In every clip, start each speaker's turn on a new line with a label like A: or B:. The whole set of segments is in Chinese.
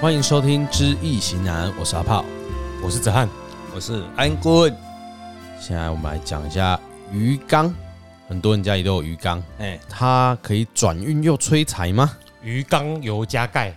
A: 欢迎收听《知易行难》，我是阿炮。
B: 我是子翰，
C: 我是安坤，
A: 现在我们来讲一下鱼缸，很多人家里都有鱼缸，
C: 哎，
A: 它可以转运又催财吗？
B: 鱼缸油加盖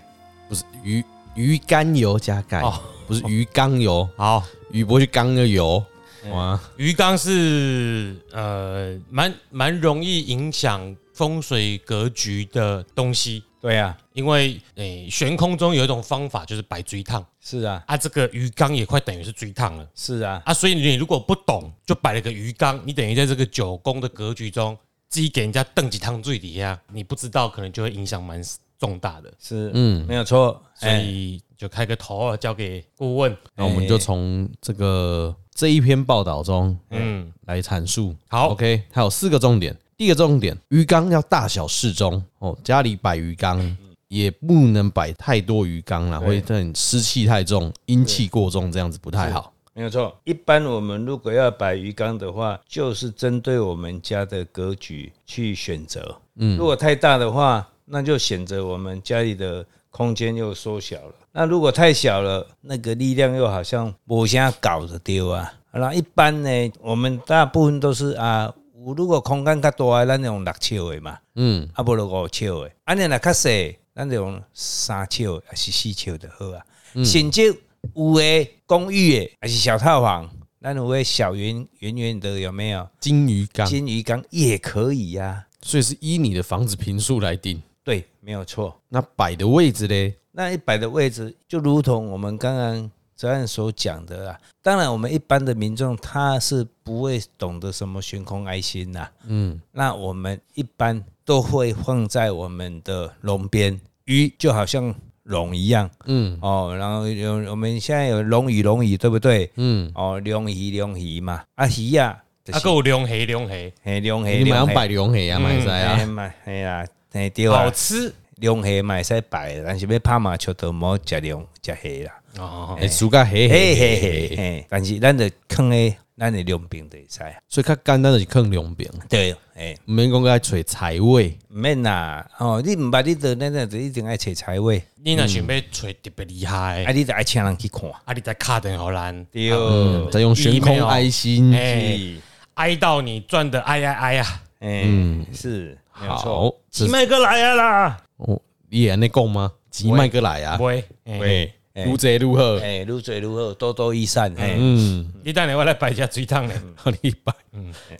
A: 不是鱼鱼肝油加
C: 哎
A: 钙，
B: 哦，
A: 不是鱼缸油，
B: 好，
A: 鱼不会去缸的油。
C: 哎
A: 哇，
B: 鱼缸是呃蛮蛮容易影响风水格局的东西，
C: 对啊，
B: 因为诶、悬空中有一种方法就是摆锥烫
C: 是啊，
B: 啊，这个鱼缸也快等于是锥烫了
C: 是啊，
B: 啊，所以你如果不懂，就摆了个鱼缸，你等于在这个九宫的格局中自己给人家瞪几趟最底下，你不知道可能就会影响蛮重大的，
C: 是，
A: 嗯
C: 嗯，没有错，
B: 所
C: 哎，
B: 以就开个头啊交给顾问，
A: 那我们就从这个这一篇报道中
B: 嗯，
A: 来阐述。
B: 好
A: ，OK，它有四个重点。第一个重点，鱼缸要大小适中哦，家里摆鱼
C: 嗯
A: 缸。也不能摆太多鱼缸啦，会很湿气太重、阴气过重，这样子不太好。
C: 没有错。一般我们如果要摆鱼缸的话，就是针对我们家的格局去选择。嗯，如果太大的话，那就显得我们家里的空间又缩小了。那如果太小了，那个力量又好像无啥搞得丢啊。那一般呢，我们大部分都是啊，有如果空间较大，咱用六尺的嘛。
A: 嗯，
C: 啊，无就五尺的，安尼若较细，咱就用三尺的还是四尺就好啊。甚至有诶公寓诶，还是小套房，咱有诶小圆圆圆的有没有？
A: 金鱼缸，
C: 金鱼缸也可以呀、
A: 所以是依你的房子平数来定。
C: 对，没有错。
A: 那摆的位置嘞，
C: 那一摆的位置，就如同我们刚刚哲案所讲的啊。当然，我们一般的民众他是不会懂得什么悬空爱心呐、
A: 嗯，
C: 那我们一般都会放在我们的笼边，鱼就好像笼一样，
A: 嗯
C: 嗯，哦，然后有我们现在有笼鱼，笼鱼对不对？
A: 嗯，
C: 哦，龙鱼，龙鱼嘛，啊鱼呀、就
B: 啊，
C: 是
B: 还有龙黑龙黑。
C: 嘿龙
A: 你
C: 鱼，
A: 买上
C: 龙
A: 摆龙虾啊，买
C: 鱼
A: 在
C: 嘿
A: 啊，
C: 嘛，嘿啦，嘿对
B: 好
C: 啊，
B: 吃
C: 龙虾嘛会使摆，但是要拍麻雀都莫食龙食虾啦，
B: 哦，
A: 哎，暑假黑
C: 嗯嘿
A: 黑
C: 嘿
A: 黑
C: 嘿
A: 黑，
C: 嘿，但是咱就放诶，咱的龙饼就会使，啊
A: 所以较简单的是坑龙饼，
C: 对，嘿。
A: 毋免讲该找财位，
C: 毋免啦，哦，你毋捌你就咱就一定爱找财位，
B: 你若想要找特别厉害
C: 啊，
B: 的，
C: 你就爱请人去看。
B: 啊，你再卡电互咱，
C: 对，
A: 嗯，再用悬
C: 哦
A: 空爱心，
B: 哎，哀到你赚的哎呀哎呀，
C: 嗯，是，没有错。
A: 好，这
B: 麦哥来啊啦，
A: 哦，你也安尼讲吗？急麦过来啊，
B: 喂，哎
A: 喂，如贼如何？
C: 哎，愈做愈好，多多益善。哎，
A: 嗯，
B: 你等下我来摆一下水桶嘞，
A: 好你摆，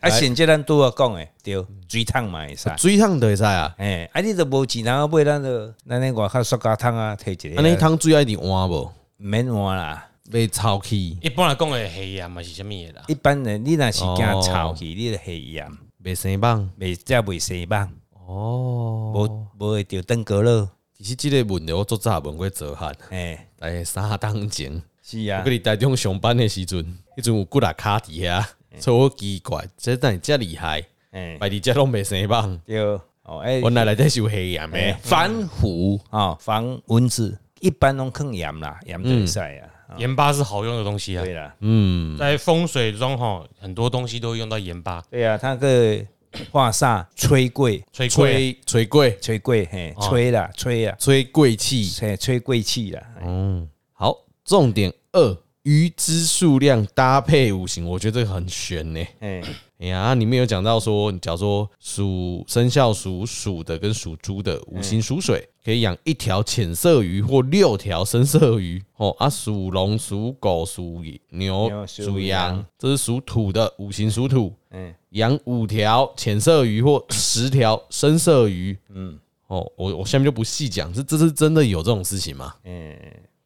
C: 啊，甚至咱拄啊讲诶，对，水桶嘛会使。
A: 水桶就会使啊，
C: 哎，啊，你都无钱，然后买咱就咱咧外口塑胶桶啊，摕一个，
A: 安尼汤水爱你换无？
C: 毋免换啦。
A: 被臭气，
B: 一般来讲的黑呀嘛是什么的啦？
C: 一般人你若是
A: 哦
C: 惊臭气，你就下盐，
A: 被生棒
C: 袂则袂生棒，
A: 哦。
C: 无无会着登革热。
A: 其实即个问题我做早问过泽汉，
C: 哎，
A: 大概三当前，
C: 是
A: 我
C: 啊
A: 跟，你台中上班的时阵，迄阵有几若卡伫遐，所以我奇怪，这哪会遮厉害，
C: 哎，
A: 摆伫遮拢袂生棒，
C: 对，哦，哎，
A: 原来内底是有黑盐
C: 哎
A: 的，
C: 防腐啊，防蚊子，一般拢放盐啦，盐就会使啊。啊
B: 盐巴是好用的东西啊
C: 对，啦，
A: 嗯，
B: 在风水中吼，很多东西都会用到盐巴，
C: 对啊，他个化煞吹贵，
B: 吹吹
A: 嗯吹吹贵
C: 吹贵，嘿，
A: 哦
C: 吹啦，吹啊，
A: 吹贵气，
C: 吹吹贵气啦，
A: 嗯，好，重点二，鱼之数量搭配五行，我觉得这个很悬呢。
C: 嘿，
A: 哎呀，里面有讲到说，假如说属生肖属鼠的跟属猪的，五行属水，
C: 嗯
A: 可以养一条浅色鱼或六条深色鱼。哦啊，属龙、属狗、属牛、
C: 牛
A: 属
C: 属羊
A: 羊，这是属土的，五行属土，
C: 嗯，
A: 养五条浅色鱼或十条深色鱼。嗯
C: 嗯，
A: 哦，我我下面就不细讲，这这是真的有这种事情吗？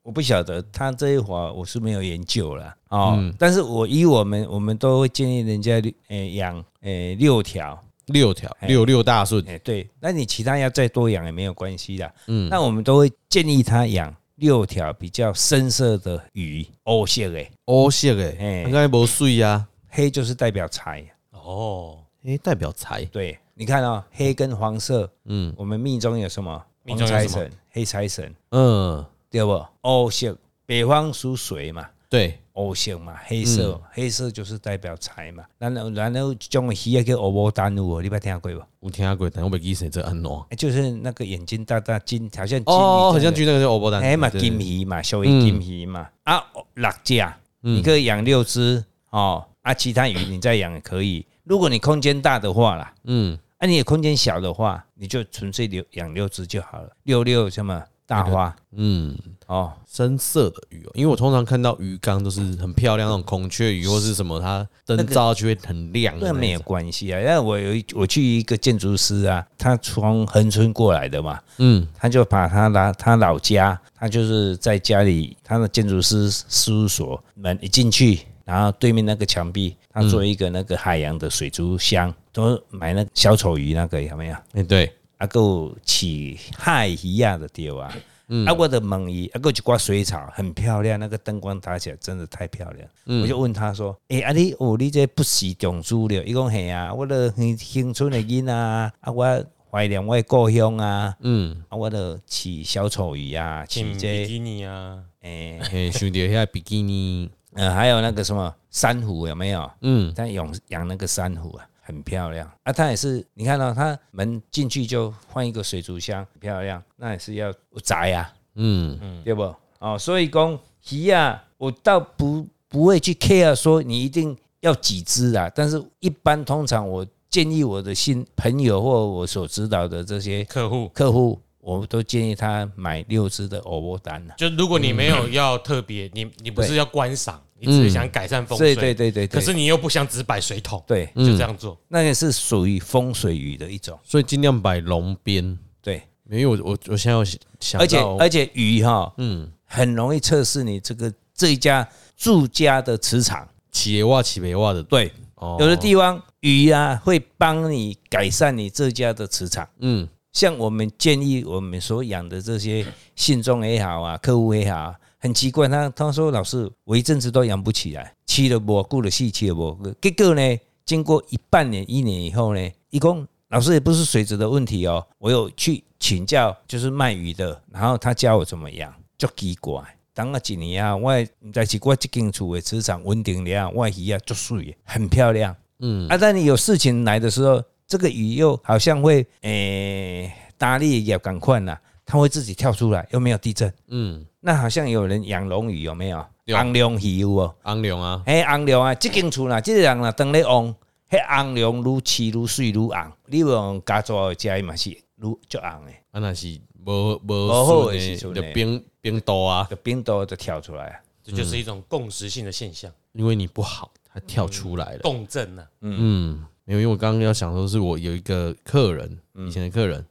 C: 我不晓得他这一会儿我是没有研究啦，哦，但是我以我们我们都会建议人家诶养诶六条，
A: 六条六六大顺，
C: 哎，对，那你其他要再多养也没有关系啦，嗯，那我们都会建议他养六条比较深色的鱼，欧色诶，
A: 哦，色诶，
C: 哎
A: 应该无水啊，
C: 黑就是代表财，
B: 哦，
A: 诶，代表财，
C: 对，你看哦，黑跟黄色，
A: 嗯
C: 我们命中有什么？
B: 命中有
C: 黄财
B: 什么
C: 神、黑财神，
A: 嗯，
C: 对不？哦，色，北方属水嘛，
A: 对。
C: 乌色嘛，黑色，黑色就是代表财嘛。然后然后种的鱼啊叫乌波丹乌，你捌听过无？
A: 有听过，但我袂记谁这安怎。哦
C: 哎就是那个眼睛大大金，好像金
A: 哦，
C: 鱼这样
A: 很
C: 的
A: 像剧那个叫欧波丹，
C: 哎嘛，
A: 对对
C: 金鱼嘛，属于金鱼嘛。啊，六只，你可以养六只哦。啊，其他鱼你再养也可以。如果你空间大的话啦，
A: 嗯，
C: 啊，你也空间小的话，你就纯粹留养六只就好了。六六什么大花
A: 嗯，
C: 哦，
A: 深色的鱼、哦，因为我通常看到鱼缸都是很漂亮那种孔雀鱼或是什么，它灯照下去会很亮的
C: 那没
A: 那
C: 有
A: 种。
C: 关系啊。因为我有一我去一个建筑师啊，他从恒春过来的嘛，
A: 嗯，
C: 他就把他拿他老家，他就是在家里他的建筑师事务所门一进去，然后对面那个墙壁，他做一个那个海洋的水族箱，都买那个小丑鱼那个有没有？
A: 哎、对，
C: 啊，还有饲海鱼啊的对啊。啊，我的猛鱼，啊，还有一挂水草，很漂亮，那个灯光打起来真的太漂亮。我就问他说：“诶、啊你哦，你这不是种子了？”伊讲嘿啊，我的乡村的囡啊，啊，我怀念我的故乡啊，
A: 嗯，
C: 啊，我的饲小丑鱼啊，
B: 请
C: 饲
B: 比
C: 这
B: 基尼啊，
C: 诶、
A: 嘿，兄弟，现在比基尼，
C: 呃，还有那个什么珊瑚有没有？
A: 嗯，
C: 他养养那个珊瑚啊，很漂亮啊。他也是，你看到、他门进去就换一个水族箱，很漂亮，那也是要有宅呀、
A: 嗯，
C: 对不？哦，所以讲鱼啊，我倒不不会去 care 说你一定要几只啊，但是一般通常我建议我的新朋友或我所指导的这些
B: 客户。
C: 客户，我都建议他买六只的欧波丹啊。
B: 就如果你没有要特别，你你不是
C: 对
B: 要观赏，你只是想改善风水，
C: 嗯对嗯对对对对
B: 可是你又不想只摆水桶，
C: 对，
B: 就这样做。
C: 那个是属于风水鱼的一种，
A: 所以尽量摆龙边，
C: 对，
A: 因为我我我现在有想到，
C: 而且而且鱼哈、
A: 嗯，
C: 很容易测试你这个这一家住家的磁场。
A: 企业袜、企北袜的，
C: 对，
A: 哦
C: 有的，地方鱼啊会帮你改善你这家的磁场。
A: 嗯
C: 像我们建议我们所养的这些信众也好啊，客户也好、啊，很奇怪，他他说老师，我一阵子都养不起来，吃了蘑菇的戏，吃了蘑菇，结果呢，经过一半年、一年以后呢，一共老师也不是水质的问题哦，我有去请教，就是卖鱼的，然后他教我怎么养，就奇怪。等了几年啊，我但是我这间厝的磁场稳定了，我的鱼啊足水的，很漂亮。
A: 嗯，
C: 啊，但你有事情来的时候，这个鱼又好像会诶、搭力也赶快啦，它会自己跳出来，又没有地震。
A: 嗯，
C: 那好像有人养龙鱼有没有？
A: 有
C: 红龙鱼有哦，
A: 昂龙啊，
C: 嘿，红龙啊，即间厝啦，即个人啦，啊当咧旺，迄红龙愈饲愈水愈红，你有用家族的家嘛是愈足红诶，
A: 啊那是无无
C: 无哦好的
A: 顺
C: 时候
A: 的，
C: 呢
A: 就冰冰多啊，
C: 就冰岛就跳出来啊。
B: 这就是一种共识性的现象，
C: 嗯
A: 因为你不好，它跳出来了。
B: 共振呢、啊。
A: 嗯，没有，因为我刚刚要想说，是我有一个客人，
C: 嗯
A: 以前的客人，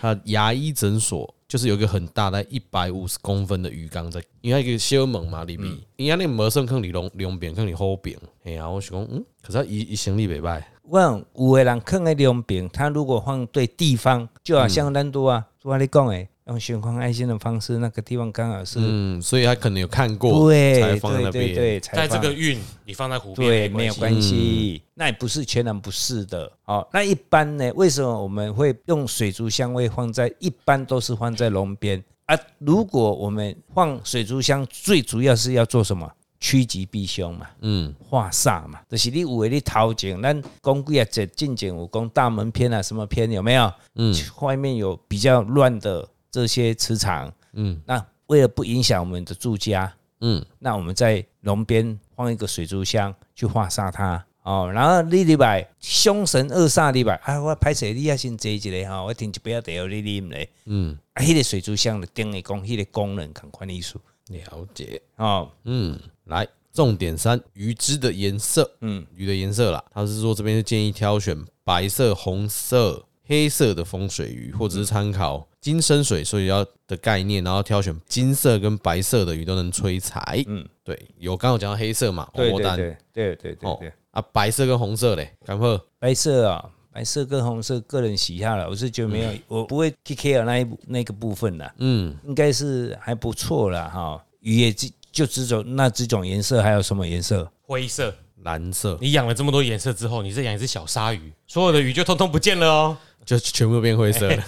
A: 他牙医诊所就是有一个很大，概一百五十公分的鱼缸在，因为他一个小门嘛里面，
C: 嗯
A: 因为那个门上坑里龙两边，坑里后边，哎呀，我想讲，嗯，可是他一一行李袂歹，
C: 我讲有的人放在两边，他如果放对地方，就好像咱都啊，都阿你讲的，用循环爱心的方式，那个地方刚好是、
A: 嗯，所以他可能有看过，
C: 对
A: 才放在那
C: 对对
A: 边，
C: 对，才
B: 在这
C: 放
B: 个运，你放在湖边
C: 对
B: 没
C: 没有
B: 关系。
C: 关系，
A: 嗯
C: 那也不是全然不是的。哦，那一般呢，为什么我们会用水族箱会放在一般都是放在龙边啊？如果我们放水族箱，最主要是要做什么？趋吉避凶嘛。
A: 嗯
C: 化煞嘛，就是你有的你头前，咱讲几啊节进前有讲大门篇啊什么篇有没有？
A: 嗯，
C: 外面有比较乱的这些磁场，
A: 嗯
C: 那为了不影响我们的住家，
A: 嗯
C: 那我们在龙边放一个水族箱去化煞它。哦，然后你礼拜凶神恶煞礼拜，啊，我拍摄你也先坐一个吼，我停一杯啊，掉你啉咧。
A: 嗯，
C: 啊，迄、个水族箱的顶的讲，迄、个功能同款意思。
A: 了解，
C: 哦，
A: 嗯，来。重点三，鱼汁的颜色，嗯，鱼的颜色啦，他是说这边是建议挑选白色、红色、黑色的风水鱼，或者是参考金生水，所以要的概念，然后挑选金色跟白色的鱼都能催财。嗯，对，有刚刚有讲到黑色嘛，
C: 对
A: 欧
C: 对
A: 丹
C: 对对对对
A: 哦
C: 对，
A: 啊，白色跟红色嘞，干破，
C: 白色啊、白色跟红色个人喜好了，我是觉得没有，我不会去 care 那一部那个部分啦，
A: 嗯
C: 应该是还不错啦哈。鱼也就就只种那几种颜色，还有什么颜色？
B: 灰色，
A: 蓝色
B: 你养了这么多颜色之后，你再养一只小鲨鱼，所有的鱼就通通不见了哦，
A: 就全部都变灰色 了。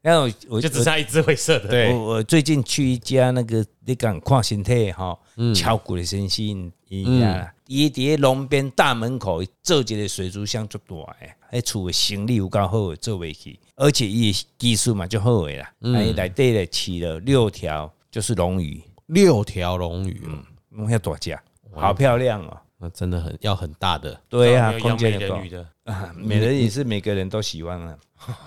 C: 然后我
B: 就只剩下一只灰色的。
A: 对
B: 嗯
C: 我我最近去一家那个你敢跨形态哈，敲鼓的先生，因伊啊，伊伫咧农边大门口做一个水族箱足大诶，迄厝诶生意有够好的，做袂起，而且伊的技术嘛足好诶啦，
B: 嗯
C: 啊伊内底咧饲了六条就是龙鱼，
A: 六条龙鱼，哦
C: 拢遐大只，好漂亮哦、
A: 那真的很要很大的。
C: 对
B: 哦
C: 啊
B: 没，有
C: 空
B: 养美
C: 间也够
B: 人鱼的嗯
C: 啊， 美人鱼是每个人都喜欢啊，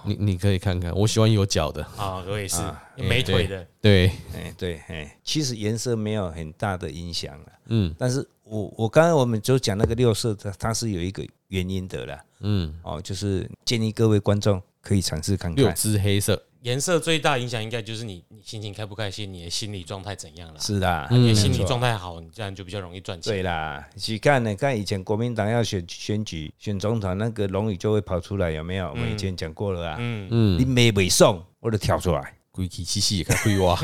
A: 你你可以看看，我喜欢有脚的，
B: 啊，我也是没腿的，
A: 对，
C: 哎，对，哎，其实颜色没有很大的影响了，
A: 嗯
C: 嗯，但是我我刚才我们就讲那个六色，它它是有一个原因的啦，
A: 嗯，
C: 哦，就是建议各位观众可以尝试看
A: 六
C: 看，
A: 只黑色，
B: 颜色最大影响应该就是你你心情开不开心，你的心理状态怎样啦。
C: 是啦，
B: 你
C: 没
B: 的心理
C: 错
B: 状态好，你这样就比较容易赚钱。
C: 对啦，去看呢，看以前国民党要选选举选总统，那个龙语就会跑出来，有没有？我以前讲过了啊，
B: 嗯，
C: 你没北送，我就跳出来，
A: 鬼气气气也开会哇，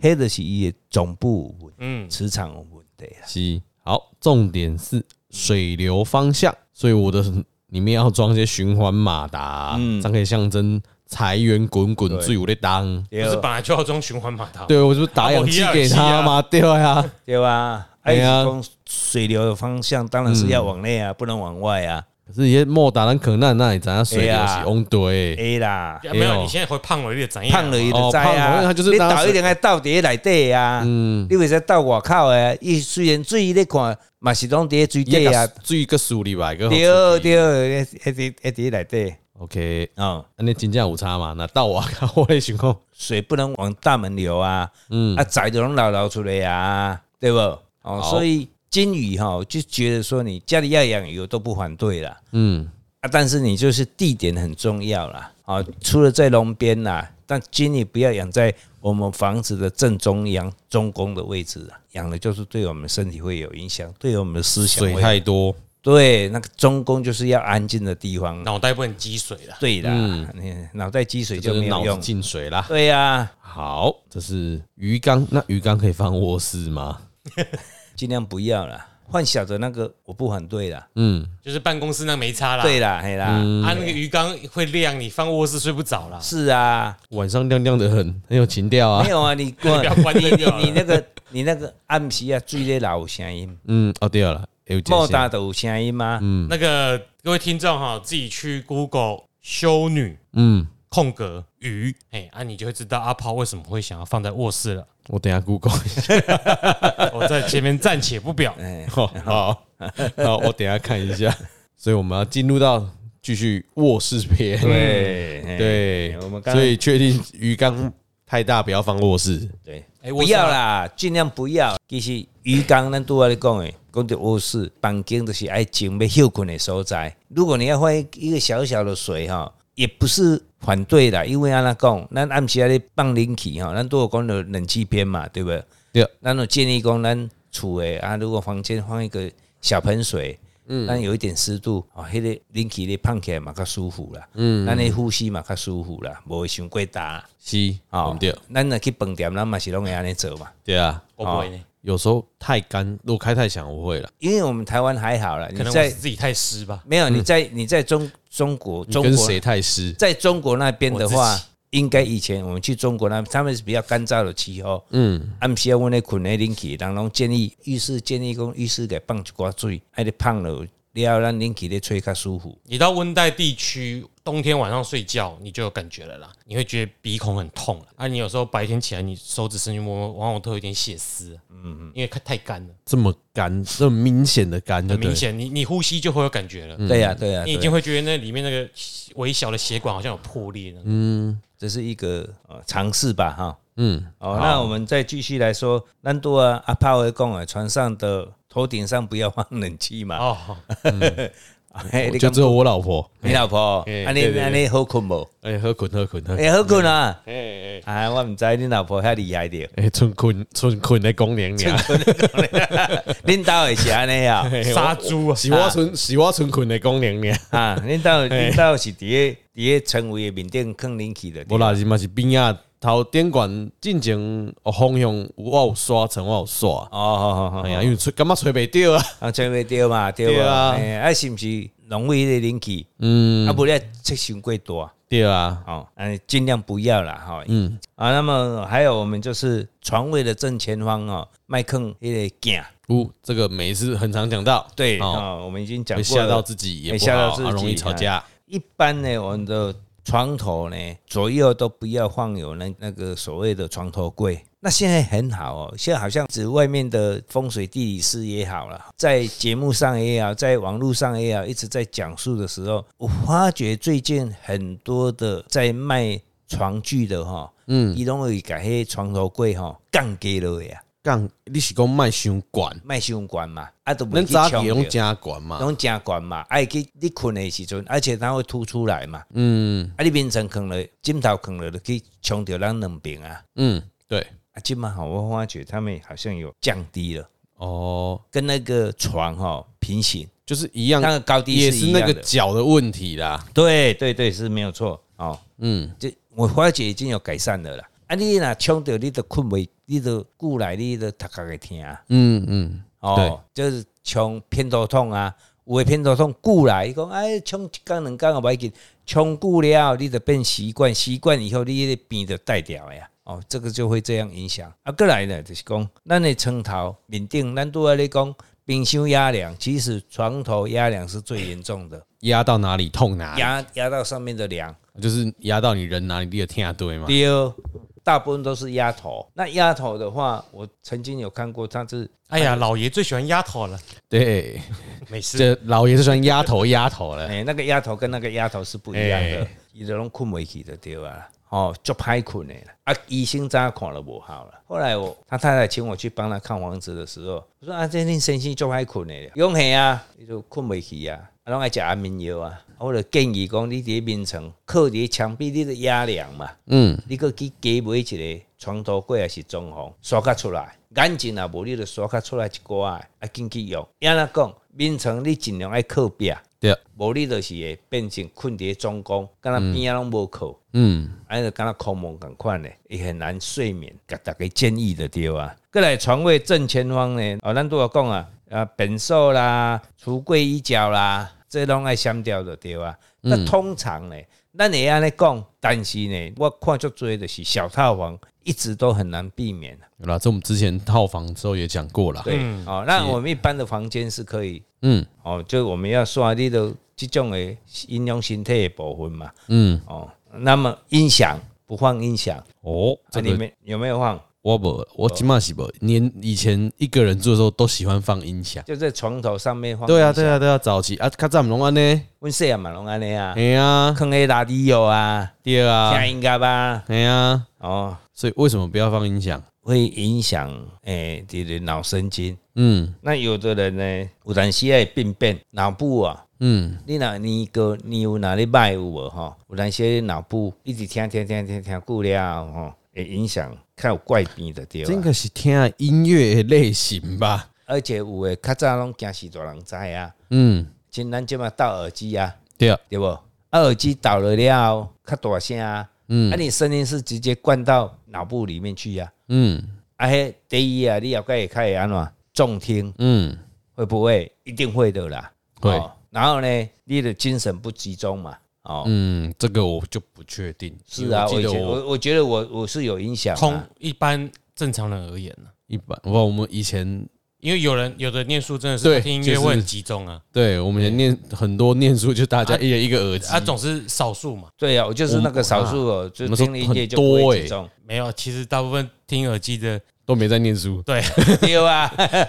C: 黑的是伊的总部有问
B: 嗯，
C: 磁场有问题 啦，
A: 是好，重点是水流方向，所以我的里面要装一些循环马达，
C: 嗯
A: 这样可以象征财源滚滚，最有的当。
B: 不
C: 对哦
B: 是本来就要装循环码头，
A: 对，我就打氧气给他嘛，对啊，
C: 对吧？
A: 哎
C: 哎
A: 呀
C: 呀，讲水流的方向当然是要往内啊，不能往外啊。
A: 可是也莫打咱可那那里咱要水流是翁对，
C: A 啦，
B: 啊，没
A: 哎呦
B: 有，你现在会胖了一点，怎样？
C: 胖了一
A: 哦
C: 个灾
A: 胖了
C: 啊，
A: 他就是
C: 你
A: 当
C: 倒
A: 水
C: 一点爱倒伫内底啊，
A: 嗯，
C: 你为啥倒外口诶？伊虽然水你看嘛是拢伫咧水底啊，
A: 最个数里吧，个
C: 对对，一伫一伫内底
A: OK，
C: 哦，
A: 那你真正有差嘛？那到我 看我的情况，
C: 水不能往大门流啊，
A: 嗯
C: 啊仔就拢流流出来啊，对不？哦，
A: 好
C: 所以金鱼哈就觉得说你家里要养鱼我都不反对啦。
A: 嗯，
C: 啊，但是你就是地点很重要啦，啊，除了在龙边啦，但金鱼不要养在我们房子的正中央中宫的位置啊，养了就是对我们身体会有影响，对我们的思想
A: 水
C: 会
A: 太多，
C: 对那个中宫就是要安静的地方，
B: 脑袋不能积水了。
C: 对啦，你脑袋积水就
A: 就是
C: 没
A: 脑
C: 有
A: 子
C: 用，
A: 进水啦。
C: 对呀、啊，
A: 好，这是鱼缸，那鱼缸可以放卧室吗？
C: 尽量不要啦，换小的那个我不反对啦，
A: 嗯，
B: 就是办公室那没差啦。
C: 对啦，嘿啦，
B: 啊，那个鱼缸会亮，你放卧室睡不着啦。
C: 是啊，
A: 晚上亮亮的很，很有情调啊
C: 没。有啊，你
B: 不要关
C: 你
B: 灯就好
C: 你
B: 了。
C: 那个你那个暗时啊，最咧老声音。
A: 嗯，哦对了，有解
C: 莫
A: 释
C: 大都有声音吗？
B: 那个各位听众哈，自己去 Google 修女
A: 嗯，
B: 空格鱼，哎，啊，你就会知道阿炮为什么会想要放在卧室了。
A: 我等一下 Google 一下。
B: 我在前面暂且不 表。
C: 哎
A: 好，哦好，好，我等一下看一下。所以我们要进入到继续卧室篇。
C: 对嘿
A: 对，
C: 我们刚
A: 所以确定鱼缸太大，不要放卧室。
C: 对，
B: 哎，
C: 不
B: 我
C: 要啦，尽量不要。其实鱼缸咱拄仔咧讲诶，讲到卧室、房间都是爱静要休困的所在。如果你要放一个小小的水哈，也不是反对啦，因为安那讲，咱暗时啊咧放冷气哈，咱都有讲到冷气片嘛，对不对？
A: 对，
C: 咱有建议讲咱厝诶啊，如果房间放一个小盆水。嗯，但有一点湿度，哦，迄、个冷气咧放起来嘛较舒服啦，嗯，咱咧呼吸嘛较舒服啦，无会伤过大。
A: 是，
C: 哦
A: 哦，对，
C: 咱若去饭店，咱嘛是拢会安尼做嘛。
A: 对啊。
B: 我不会呢，
A: 有时候太干，如果开太响，我会了。
C: 因为我们台湾还好了，
B: 可
C: 你
B: 能我
C: 在
B: 自己太湿吧。
C: 没有你在你在中中国
A: 你
C: 中
A: 跟
C: 国
A: 谁太湿？
C: 在中国那边的
B: 我
C: 话
B: 自己，
C: 应该以前我们去中国那他们是比较干燥的气候，嗯，暗时啊，阮咧困咧冷气，人拢建议浴室建议讲浴室给放一寡水，还得放了了，咱冷气咧吹较舒服。
B: 你到温带地区，冬天晚上睡觉你就有感觉了啦，你会觉得鼻孔很痛了啊。你有时候白天起来，你手指伸去摸摸，往往都有点血丝，嗯嗯，因为太干了，
A: 这么干，这么明显的干，
B: 很明。显，你你呼吸就会有感觉了，
C: 对呀，嗯哎对呀，啊
B: 你已
C: 对
B: 经
C: 呀
B: 会觉得那里面那个微小的血管好像有破裂了。
C: 这是一个呃尝试吧，哈。
A: 嗯，
C: 哦，那我们再继续来说，咱多啊阿炮会讲啊，船上的头顶上不要放冷气嘛。
B: 哦，
C: 嘿
A: 就
C: 你讲
A: 只有我老婆。
C: 你老婆，
A: 嘿
C: 安
A: 对
C: 尼
A: 对
C: 安尼好困无？
A: 哎，喝困喝困喝
C: 哎，好困啊！
A: 哎哎，
C: 啊，我毋知你老婆遐厉害着
A: 哎，春困春困的公娘娘，
C: 恁兜会是安尼 啊？
B: 杀猪啊！
A: 是我春是我春困的公娘娘。
C: 啊，恁兜恁兜是伫咧伫咧床位的面顶放冷气的，
A: 无啦，是嘛是边啊头顶管进前有方向我有刷，层我有刷。
C: 哦哦哦
A: 哎
C: 哦，
A: 呀，因为吹感觉吹袂着啊。
C: 啊，床位着嘛，对
A: 对
C: 无？
A: 啊
C: 哎啊，是毋是浪费迄个冷气？
A: 嗯，
C: 啊，无咧切伤过大，
A: 对啊，
C: 哦，嗯，尽量不要啦，哈、嗯，啊，那么还有我们就是床位的正前方哦，麦克那个镜，
A: 呜，这个每一次很常讲到，
C: 对，
A: 哦，
C: 哦，我们已经讲
A: 会
C: 过
A: 吓到
C: 了。
A: 自己也
C: 会
A: 不
C: 吓到
A: 好，
C: 自
A: 啊容易
C: 己
A: 吵
C: 啊
A: 架。
C: 一般呢，我们的床头呢左右都不要放有那那个所谓的床头柜。那现在很好哦，现在好像指外面的风水地理师也好了，在节目上也好，在网络上也好，一直在讲述的时候，我发觉最近很多的在卖床具的哈、嗯，伊拢会把迄床头柜哈降低落呀，
A: 讲你是讲卖伤管，
C: 卖伤悬嘛，啊都
A: 恁
C: 袂去
A: 早
C: 抢
A: 起用
C: 到
A: 加管嘛？
C: 拢诚悬嘛，爱去你困的时阵，而且它会凸出来嘛。嗯，啊，你眠床放了，枕头放了，就去冲着咱两边啊。
A: 嗯，对，
C: 啊，今嘛好，我发觉他们好像有降低了，
A: 哦，
C: 跟那个床哈、平行，
A: 就是一样
C: 那，个高低
A: 也
C: 是
A: 是
C: 一
A: 那
C: 样
A: 个
C: 的。
A: 脚的问题啦。
C: 对对对，是没有错哦。
A: 嗯，
C: 这我发觉已经有改善了啦。啊，你若冲着你都困袂，你都顾来你都头壳会疼啊。
A: 嗯嗯，对
C: 哦，就是冲偏头痛啊，有的偏头痛久来，伊讲哎，冲一工两工也袂紧，冲久了你就变习惯，习惯以后你的病就带掉的呀。哦，这个就会这样影响。啊，过来呢，就是讲咱的床头面顶，咱拄仔咧讲冰箱压梁，其实床头压梁是最严重的，
A: 压到哪里痛哪里，
C: 压压到上面的梁。
A: 就是压到你人哪里，你有听对吗？
C: 第二，大部分都是压头。那压头的话，我曾经有看过，它是
B: 哎呀，老爷最喜欢丫头了，
A: 对，
B: 每次
A: 这老爷是算压头压头了。
C: 哎、那个丫头跟那个丫头是不一样的
A: 哎，
C: 伊都拢困袂去的对啊，哦，足歹困的啦。啊，医生早看了无好了。后来我他太太请我去帮他看房子的时候，我说啊，这恁先生足歹困的，用嘿啊，伊就困袂去啊，啊，拢爱食安眠药啊。啊我就建议讲，你伫眠床靠伫墙壁，你的压梁嘛，
A: 嗯，
C: 你搁去加买一个床头柜还啊是装潢，刷卡出来，眼睛啊无你就刷卡出来一寡的，啊，紧去用。安那讲，眠床你尽量爱靠壁。
A: 对，啊
C: 无你就是会变成困伫中宫，敢若边仔拢无靠，
A: 嗯，
C: 安尼敢若空梦共款咧，也很难睡眠。甲大家建议的对啊。过来床位正前方呢，哦，咱拄有讲啊，啊，本寿啦、橱柜衣角啦，这拢爱闪掉的对啊。那通常呢，咱会安尼讲，但是呢，我看足多就是小套房一直都很难避免。
A: 有啦，这我们之前套房之后也讲过了。
C: 对，哦，那我们一般的房间是可以
A: 嗯
C: 哦，就我们要刷你的这种的影响身体的部分嘛。
A: 嗯，
C: 哦，那么音响不放音响，
A: 哦，
C: 啊，
A: 这
C: 你
A: 个
C: 们有没有放？
A: 我不，我起码是不，连以前一个人住的时候都喜欢放音响。
C: 就在床头上面放。
A: 对啊，
C: 啊，
A: 对啊，对啊，早期啊，较早毋拢安尼，
C: 阮细汉嘛拢安尼啊，
A: 哎呀，
C: 放迄拉低油啊，
A: 对啊
C: 听，音乐啊，
A: 哎呀，
C: 哦，
A: 所以为什么不要放音响？
C: 会影响诶，你的脑神经。
A: 嗯
C: 那有的人呢，有当时会病变脑部啊，
A: 嗯，
C: 你若你个你有哪里歹有无吼？有当时脑部一直听听听听听久了吼，会影响较有怪病的对
A: 这
C: 啊。
A: 个是听音乐的类型吧？
C: 而且有诶较早拢惊死大人知啊，
A: 嗯，
C: 像咱即嘛戴耳机啊。
A: 对啊，
C: 对不？啊，耳机倒了了，较大声啊，嗯，啊，你声音是直接灌到脑部里面去呀、
A: 嗯
C: 啊，啊，迄第一啊，你后盖也开安怎重听
A: 嗯，
C: 会不会？一定会的啦，哦
A: 会
C: 然后呢，你的精神不集中嘛，哦，
A: 嗯，这个我就不确定。
C: 是啊，
A: 因
C: 我
A: 为
C: 以
A: 记
C: 前
A: 得我
C: 我我觉得我我是有影响、
B: 通
C: 啊，
B: 一般正常人而言呢，
A: 一般，我我们以前
B: 因为有人有的念书真的
A: 对
B: 是听音乐
A: 就是
B: 会很集中啊，
A: 对我们以前念很多念书，就大家一人一个耳机
B: 啊，总是少数嘛。
C: 对啊，我就是那个少数哦，就听音乐就不会
A: 欸
C: 集中，
B: 没有，其实大部分听耳机的，，
A: 都没在念书
B: 对
C: 对啊，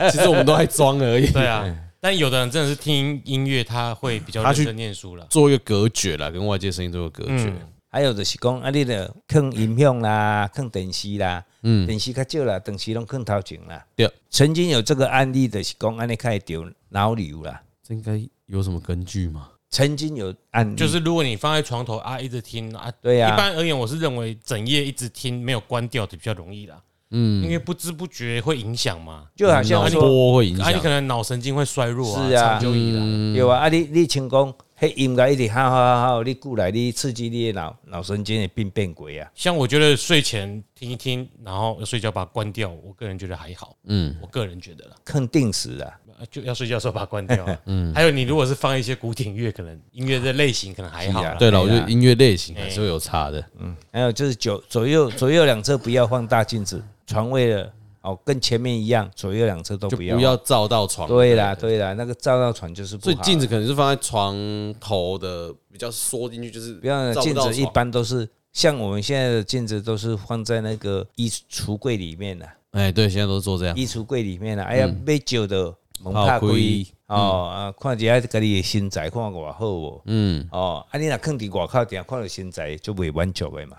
A: 其实我们都在装而已。
B: 对啊。但有的人真的是听音乐，他会比较
A: 他去
B: 认真念书了。
A: 做一个隔绝啦，跟外界声音做个隔绝。
C: 还有就是讲啊，你的看音响啦，看电视啦，嗯，电视较少啦，电视拢看头前啦。
A: 对，
C: 曾经有这个案例的是讲安尼开得脑瘤啦，
A: 这应该有什么根据吗？
C: 曾经有案例，
B: 嗯就是如果你放在床头啊，一直听啊，
C: 对呀
B: 一般而言，我是认为整夜一直听没有关掉的比较容易啦。嗯，因为不知不觉会影响嘛，
C: 就好像
A: 脑
C: 说
A: 波会影
B: 啊，你可
A: 响。
B: 能脑神经会衰弱啊，
C: 是啊
B: 长久以来，
C: 有啊，啊你你请讲，迄迄音乐一直哈哈哈，你过来你刺激你的脑脑神经会变变鬼啊。
B: 像我觉得睡前听一听，然后睡觉把它关掉，我个人觉得还好。嗯，我个人觉得啦，
C: 肯定是啊，
B: 呃就要睡觉的时候把它关掉啊。嗯，还有你如果是放一些古典乐，可能音乐的类型可能还好
C: 是啊
B: 啦。
A: 对了，我觉
C: 哎呀
A: 得音乐类型还是会有差的。
C: 还有就是左左右左右两侧不要放大镜子，床位的哦跟前面一样，左右两侧都
A: 就
C: 哎不要。
A: 不要照到床。
C: 对啦对啦，那个照到床就是不
A: 所
C: 好啊
A: 以镜子可能是放在床头的，比较缩进去，就是
C: 不要
A: 照
C: 镜
A: 不到
C: 子一
A: 床，
C: 般都是像我们现在的镜子都是放在那个衣橱柜里面的、
A: 哎，对，现在都是做这样。
C: 衣橱柜里面啦，哎呀，买酒的蒙
A: 拍
C: 拍开
A: 嗯开嗯
C: 哦啊，看一下家己的身材，看偌好无？嗯，哦，啊，你若放伫外口，定看到身材就袂满足的嘛，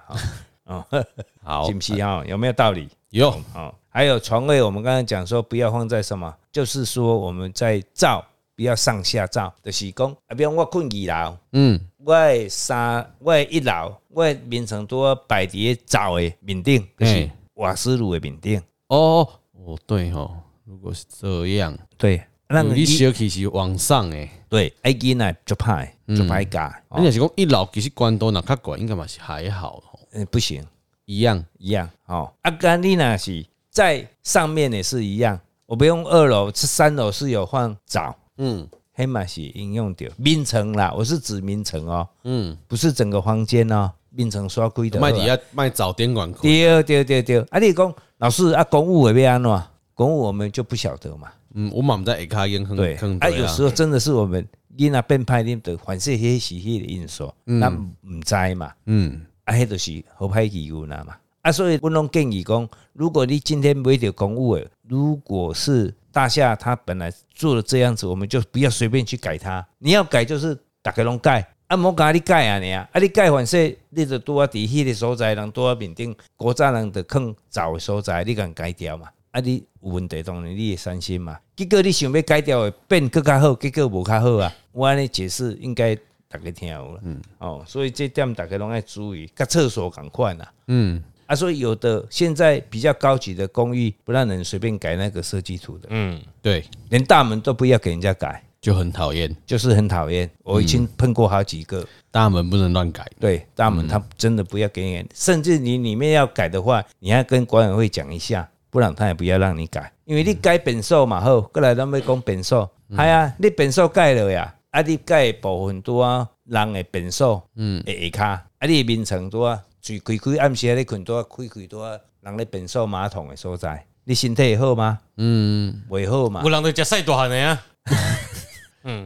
C: 哦，哦
A: 好
C: 是，不是哈、有没有道理？
A: 有
C: 哦，还有床位，我们刚才讲说不要放在什么，就是说我们在照，不要上下照，就是讲，啊，比如我困二楼，
A: 嗯，
C: 我的三，我的一楼，我的眠床拄啊摆伫灶的面顶，就是
A: 嘿
C: 瓦斯炉的面顶，
A: 哦哦，对哦，如果是这样，
C: 对，咱
A: 嗯你
C: 伊
A: 小其实往上诶，
C: 对，爱囡仔就歹就歹教，
A: 嗯你若是讲一楼其实关多那较管，应该嘛是还好哦，
C: 嗯，不行
A: 一样。
C: 一样哦。啊，干你那是在上面也是一样，我不用二楼，是三楼是有放澡，
A: 嗯
C: 黑马是应用掉名城啦，我是指名城哦，
A: 嗯，
C: 不是整个房间哦，名城刷规的。
A: 卖底啊下卖早点管裤，
C: 对对对对，啊，你讲老师啊，公务会被安怎？公务我们就不晓得嘛，
A: 嗯，我嘛不知道会卡烟坑
C: 对
A: 坑，
C: 啊，
A: 对
C: 有
A: 啊
C: 时，候真的是我们因啊变歹恁的反正迄是迄个因素，咱毋知嘛，
A: 嗯，
C: 啊，迄就是好歹义务啦嘛。啊，所以我拢建议讲，如果你今天买着公务的，如果是大厦它本来做了这样子，我们就不要随便去改它。你要改就是大家拢改，啊，莫甲你改啊你啊，啊你改反正你就拄啊伫迄个所在，人拄啊面顶，古早人就坑早的所在，你共改掉嘛。啊，你有问题当然你会伤心嘛。结果你想要改掉的变更较好，结果无较好啊。我安尼解释应该大家听有啦。嗯，哦，所以这点大家拢爱注意，甲厕所共款啦。
A: 嗯，
C: 啊，所以有的现在比较高级的公寓不让人随便改那个设计图的，
B: 嗯，
A: 对，
C: 连大门都不要给人家改，
A: 就很讨厌，
C: 就是很讨厌。我已经碰过好几个，
A: 大门不能乱改。
C: 对大门他真的不要给你，甚至你里面要改的话，你要跟管委会讲一下，不然他也不要让你改，因为你改本数嘛好，过来咱们讲本数，系啊，你本数改了呀，啊你改的部分多啊，人的本数，嗯，会下骹，啊你的眠床多啊，最开开暗时咧困多啊，开开多啊，人咧本数马桶的所在，你身体会好吗？
A: 嗯，
C: 袂好嘛
B: 我，人都食晒大汉的呀，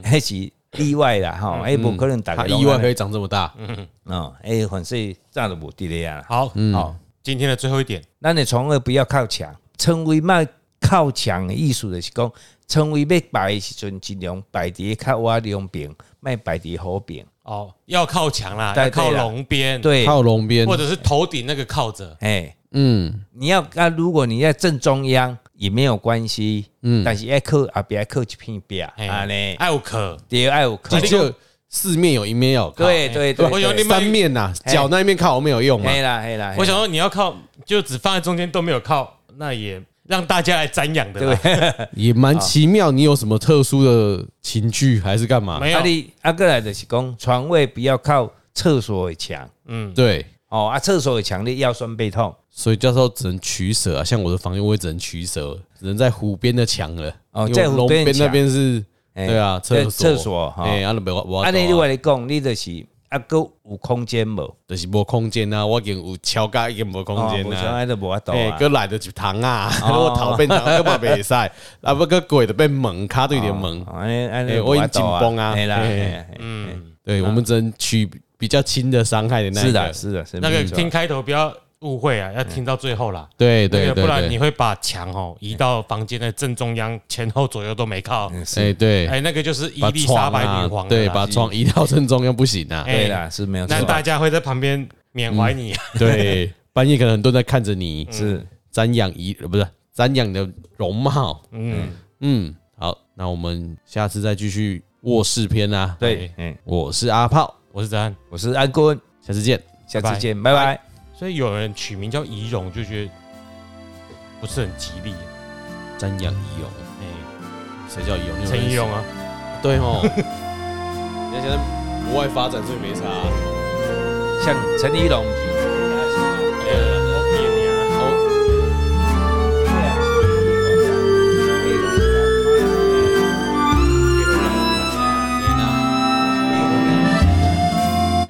C: 迄是意外啦吼，哎，无可能大家
A: 他
C: 拢
A: 意外
C: 安尼
A: 可以长这么大，
C: 哦，哎，反正早都无伫咧啊。
B: 好，
C: 好
B: 好，今天的最后一点，
C: 咱的床位不要靠墙，床位卖靠墙的意思就是讲，床位要摆的时阵尽量摆伫较我两边，卖摆伫好边。
B: 哦，要靠墙啦，
C: 对
B: 要靠
C: 对啦
B: 龙边，，
C: 对，
A: 靠龙边
B: 或，者是头顶那个靠着，
C: 哎，
A: 嗯
C: 你要啊，如果你在正中央也没有关系，嗯，但是要靠啊，别靠一片边
B: 嘿
C: 啊呢，
B: 艾有壳，
C: 第二要有靠
A: 这，就四面有一面要有靠，
C: 对对对，
B: 我有
C: 对
B: 另外
A: 三
B: 一
A: 面呐，
C: 嘿
A: 脚那一面靠我没有用嘛，
C: 嘿啦嘿啦，
B: 我想说你要靠，就只放在中间都没有靠，那也让大家来瞻仰的
C: 对
B: 啦
C: 不。对？
A: 也
C: 啊
A: 蛮奇妙。你有什么特殊的情趣还是干嘛？
B: 没
C: 啊
B: 有，
C: 你啊，过来就是讲床位不要靠厕所的墙
A: 对，
C: 哦，啊，厕所的墙你腰酸背痛。
A: 所以教授只能取舍啊。像我的房间，我也只能取舍，只能在湖边的墙了。
C: 哦
A: 因为
C: 在湖
A: 龙
C: 边
A: 边
C: 的墙
A: 那边是，
C: 哎
A: 对啊，厕所
C: 厕所哈
A: 哎，啊，就没我我
C: 安尼你
A: 我
C: 话你讲，你就是啊，佫有空间无？
A: 就是无空间啊，我已经有超加已经无空间
C: 无像
A: 啊。
C: 安尼无法度
A: 哎，
C: 啊。
A: 哥来的就糖啊， 我头变糖，根本袂使，啊不哥鬼的变猛，卡对点猛。
C: 哦安尼安尼
A: 哎我已经紧绷啊
C: 哎啦，
A: 嘿
C: 嗯，
A: 对，我们只能取比较轻的伤害的那一
C: 是的，
A: 个。
C: 是的，是
B: 那个
C: 没错
B: 听开头不要误会啊，要听到最后啦。
A: 对
B: 那
A: 对
B: 个
A: 对，
B: 不然
A: 对
B: 你会把墙哦移到房间的正中央，前后左右都没靠。
A: 哎对，
B: 哎，那个就是伊
A: 把
B: 丽莎
A: 床
B: 白
A: 啊
B: 女皇，了
A: 对，
B: 啦
A: 把床移到正中央不行啊。
B: 哎
C: 对啦，是没有
B: 那
C: 错
B: 大
C: 啦，
B: 家会在旁边缅怀你。
A: 对，半夜可能很多人在看着你，
C: 是
A: 瞻仰仪呃不是瞻仰你的容貌。
B: 嗯，
A: 嗯，好，那我们下次再继续卧室篇啦、啊。
C: 对。嗯，
A: 我是阿炮，
B: 我是子安。
C: 我是安坤，
A: 下次见。
C: 下
B: 拜
C: 次
B: 拜
C: 见，拜拜。
B: 所以有人取名叫仪容，就觉得不是很吉利。
A: 瞻仰仪容，
B: 哎，
A: 谁叫仪容？
B: 陈仪容啊。
A: 对哦。你看现在国外发展，所以没差啊、
C: 像陈一龙提